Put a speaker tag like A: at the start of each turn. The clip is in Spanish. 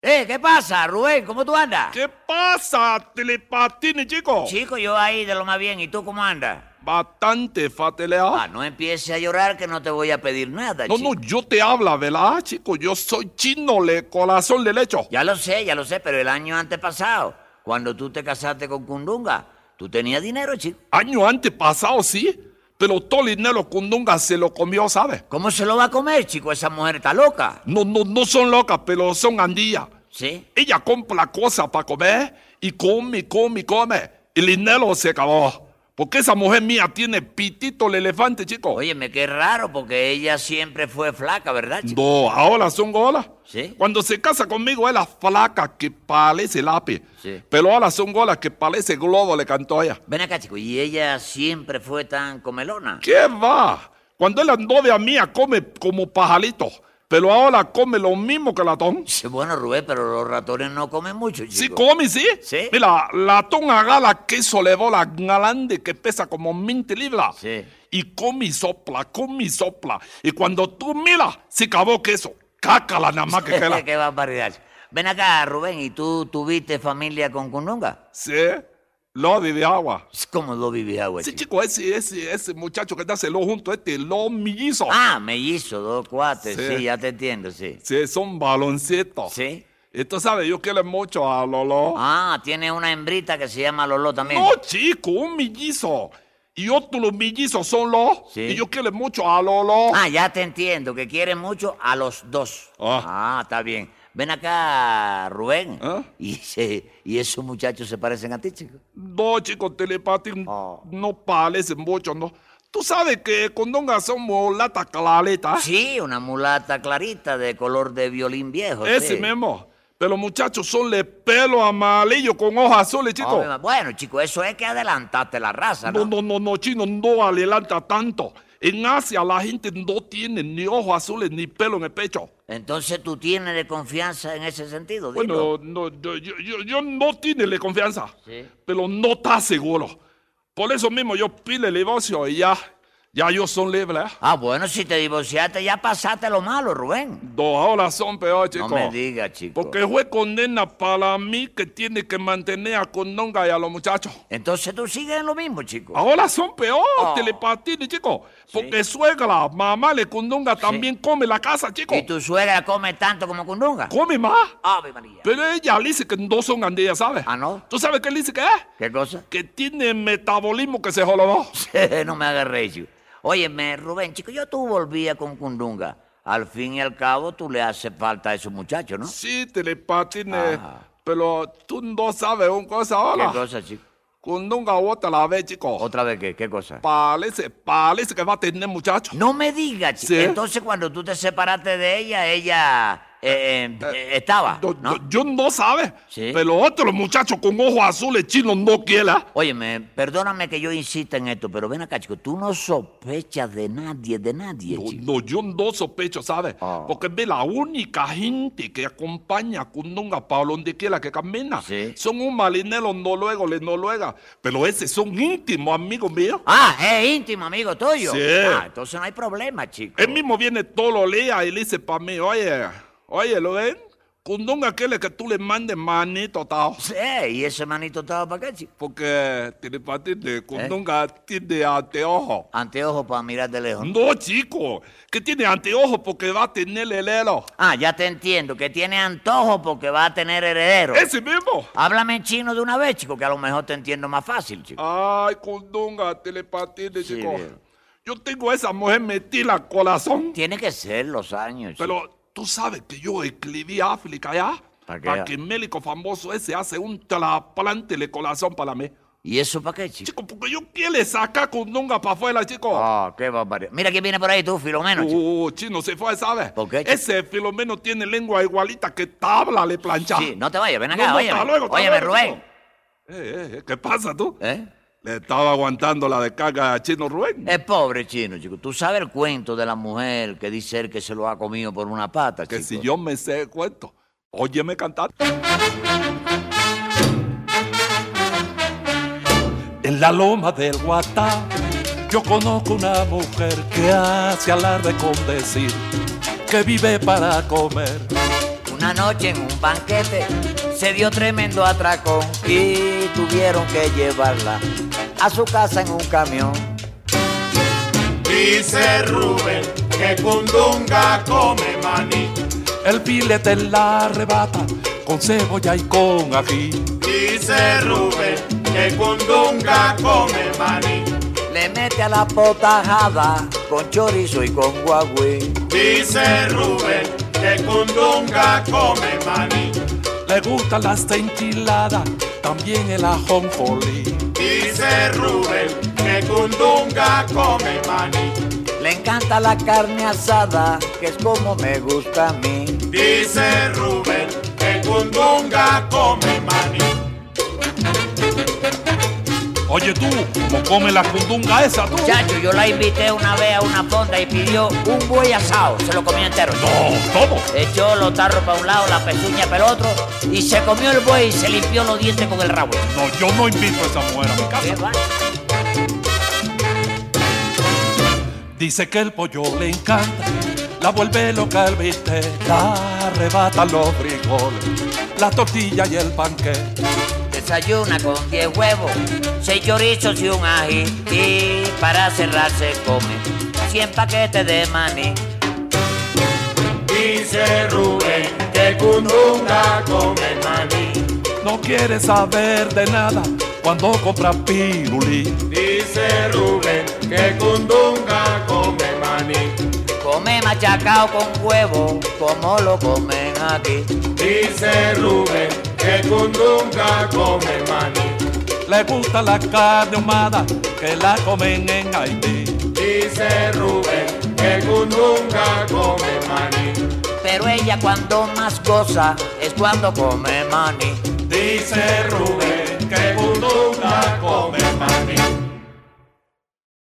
A: Eh, ¿qué pasa, Rubén? ¿Cómo tú andas?
B: ¿Qué pasa, telepatine, chico?
A: Chico, yo ahí de lo más bien. ¿Y tú cómo andas?
B: Bastante fateleado.
A: Ah, no empieces a llorar que no te voy a pedir nada,
B: No,
A: chico.
B: no, yo te habla, ¿verdad, chico? Yo soy chino, le corazón de lecho.
A: Ya lo sé, ya lo sé, pero el año antepasado, cuando tú te casaste con Kundunga, tú tenías dinero, chico.
B: Año antepasado, sí, pero todo el dinero con nunca se lo comió, ¿sabes?
A: ¿Cómo se lo va a comer, chico? Esa mujer está loca.
B: No, no, no son locas, pero son andillas.
A: ¿Sí?
B: Ella compra cosas para comer y come, come, come. El dinero se acabó. Porque esa mujer mía tiene pitito el elefante, chico.
A: Óyeme, qué raro, porque ella siempre fue flaca, ¿verdad, chico?
B: No, ahora son golas.
A: ¿Sí?
B: Cuando se casa conmigo era flaca que parece lápiz.
A: Sí.
B: Pero ahora son golas que parece globo, le cantó ella.
A: Ven acá, chico. ¿Y ella siempre fue tan comelona?
B: ¿Qué va? Cuando la novia mía come como pajarito, pero ahora come lo mismo que latón.
A: Sí, Bueno, Rubén, pero los ratones no comen mucho, chico.
B: Sí, come, sí.
A: Sí.
B: Mira, latón agarra queso le bola galante que pesa como 20 libras.
A: Sí.
B: Y come y sopla, come y sopla. Y cuando tú miras, se acabó queso. Cácala nada más que queda.
A: Qué barbaridad. Ven acá, Rubén, ¿y tú tuviste familia con Kununga?
B: sí, lo de agua.
A: Es como lo vivía, güey.
B: Sí,
A: chico.
B: chico, ese, ese, ese muchacho que está celó junto, este lo mellizo.
A: Ah, mellizo, dos cuates, sí.
B: Sí.
A: ya te entiendo, sí.
B: Sí, son baloncitos.
A: Sí.
B: Esto, ¿sabes? Yo quiero mucho a Lolo.
A: Ah, tiene una hembrita que se llama Lolo también.
B: No, chico, un mellizo. Y otros mellizos son los.
A: Sí.
B: Y yo quiero mucho a Lolo.
A: Ah, ya te entiendo, que quiere mucho a los dos.
B: Ah.
A: Ah, está bien. Ven acá, Rubén.
B: ¿Ah?
A: Y, se- y esos muchachos se parecen a ti, chico.
B: No, chico, telepático
A: Ah.
B: no parecen mucho, ¿no? Tú sabes que con Donga son mulatas claretas.
A: Sí, una mulata clarita de color de violín viejo.
B: ese
A: sí.
B: mismo. Pero muchachos son de pelo amarillo con hojas azules, chico.
A: Hombre, Ah, bueno, chico, eso es que adelantaste la raza,
B: No,
A: Ah, ¿no?
B: no, no, no, chino, no adelanta tanto. En Asia la gente no tiene ni ojos azules ni pelo en el pecho.
A: Entonces tú tienes de confianza en ese sentido, dilo.
B: Bueno, no, yo, yo, yo- yo no tiene la confianza,
A: Sí.
B: pero no está seguro. Por eso mismo yo pide el divorcio y ya, ya yo son libre. ¿eh?
A: Ah, bueno, si te divorciaste ya pasaste lo malo, Rubén.
B: Dos ahora son peor, chico.
A: No me digas, chico.
B: Porque fue condena para mí que tiene que mantener a Condonga y a los muchachos.
A: Entonces tú sigues en lo mismo, chico.
B: Ahora son peor,
A: Ah.
B: telepatines, chico. Porque suegra, mamá le condonga también come la casa, chico.
A: Y tu suegra come tanto como Cundunga.
B: Come más.
A: Ave María.
B: Pero ella dice que no son andillas, ¿sabes?
A: Ah, ¿no?
B: ¿Tú sabes qué dice que es?
A: ¿Qué cosa?
B: Que tiene metabolismo que se jolobó.
A: no me agarré, chico. Óyeme, Rubén, chico, yo tú volvía con Cundunga. Al fin y al cabo tú le haces falta a esos muchachos, ¿no?
B: Sí, telepatines.
A: Ah.
B: Pero tú no sabes una cosa
A: ¿Qué
B: ahora.
A: cosa, chico?
B: Con nunca otra la vez, chico.
A: ¿Otra vez qué? ¿Qué cosa?
B: Parece, parece que va a tener muchachos.
A: No me digas, chico.
B: Sí.
A: Entonces, cuando tú te separaste de ella, ella eh, eh, eh, estaba,
B: Yo-
A: ¿no?
B: yo, yo no sabe.
A: Sí.
B: Pero otros muchachos con ojos azules chinos no quiere. ¿eh?
A: Óyeme, perdóname que yo insista en esto, pero ven acá, chico, tú no sospechas de nadie, de nadie,
B: No,
A: chico.
B: no, yo no sospecho, ¿sabes?
A: Ah.
B: Porque ve, la única gente que acompaña a Kundunga para donde quiera que camina
A: Sí.
B: son un marinero noruego, le noruega. Pero esos son íntimos amigos míos.
A: Ah, es íntimo, amigo tuyo.
B: Sí.
A: Ah, entonces no hay problema, chico.
B: Él mismo viene todos los días y le dice para mí, oye, oye, ¿lo ven? Kundunga quiere que tú le mandes manito, tao.
A: Sí, y ese manito estaba para acá, chico.
B: Porque
A: ¿Eh?
B: Tiripatite, Kundunga tiene anteojos.
A: Anteojo para mirar de lejos. ¿no?
B: No, chico, que tiene anteojos porque va a tener el helo.
A: Ah, ya te entiendo, que tiene antojo porque va a tener heredero.
B: Ese mismo.
A: Háblame en chino de una vez, chico, que a lo mejor te entiendo más fácil, chico.
B: Ay, condonga, telepatine,
A: Sí,
B: chico.
A: bien.
B: Yo tengo a esa mujer metida al corazón.
A: Tiene que ser los años, chico.
B: Ah. Pero tú sabes que yo escribí a África ya.
A: ¿Para qué?
B: Para que el médico famoso ese hace un trasplante de corazón para mí.
A: ¿Y eso para qué, chico?
B: Chico, porque yo quiero sacar condonga para afuera, chico.
A: Ah, qué barbaridad. Mira quién viene por ahí, tú, Filomeno. chico.
B: Uh, chino, se fue, ¿sabes?
A: ¿Por qué, chico?
B: Ese filomeno tiene lengua igualita que tabla de planchar.
A: Sí, no te vayas, ven
B: No,
A: acá,
B: no,
A: óyeme.
B: hasta luego, hasta
A: Óyeme,
B: luego,
A: Rubén.
B: chico. Eh, eh, ¿Qué pasa tú?
A: ¿Eh?
B: Le estaba aguantando la descarga a Chino Rubén.
A: Es pobre chino, chico. Tú sabes el cuento de la mujer que dice él que se lo ha comido por una pata,
B: Que
A: chico.
B: si yo me sé el cuento, óyeme cantar.
C: En la loma del Guatá yo conozco una mujer que hace alarde con decir que vive para comer.
A: Una noche en un banquete se dio tremendo atracón y tuvieron que llevarla a su casa en un camión.
D: Dice Rubén que Cundunga come maní.
B: El filete la arrebata con cebolla y con ají.
D: Dice Rubén que Cundunga come maní.
A: Le mete a la potajada con chorizo y con guagüí.
D: Dice Rubén que Cundunga come maní.
B: Le gustan las enchiladas, también el ajonjolí.
D: Dice Rubén que Cundunga come maní.
A: Le encanta la carne asada, que es como me gusta a mí.
D: Dice Rubén que Cundunga come maní.
B: Oye tú, ¿cómo come la cundunga esa tú?
A: Chacho, yo la invité una vez a una fonda y pidió un buey asado, se lo comió entero.
B: No, ¿cómo?
A: Echó los tarros para un lado, la pezuña para el otro, y se comió el buey y se limpió los dientes con el rabo.
B: No, yo no invito a esa mujer a mi
A: ¿Qué
B: casa.
A: va?
B: Dice que el pollo le encanta, la vuelve loca el bistec, la arrebata los frijoles, la tortilla y el panqué.
A: Desayuna con 10 huevos, 6 chorizos y un ají. Y para cerrar se come 100 paquetes de maní.
D: Dice Rubén que Cundunga come maní.
B: No quiere saber de nada cuando compra pirulí.
D: Dice Rubén que Cundunga come maní.
A: Come machacao con huevo, como lo comen aquí.
D: Dice Rubén que Cundunga come maní.
B: Le gusta la carne ahumada que la comen en Haití.
D: Dice Rubén que Cundunga come maní.
A: Pero ella cuando más goza es cuando come maní.
D: Dice Rubén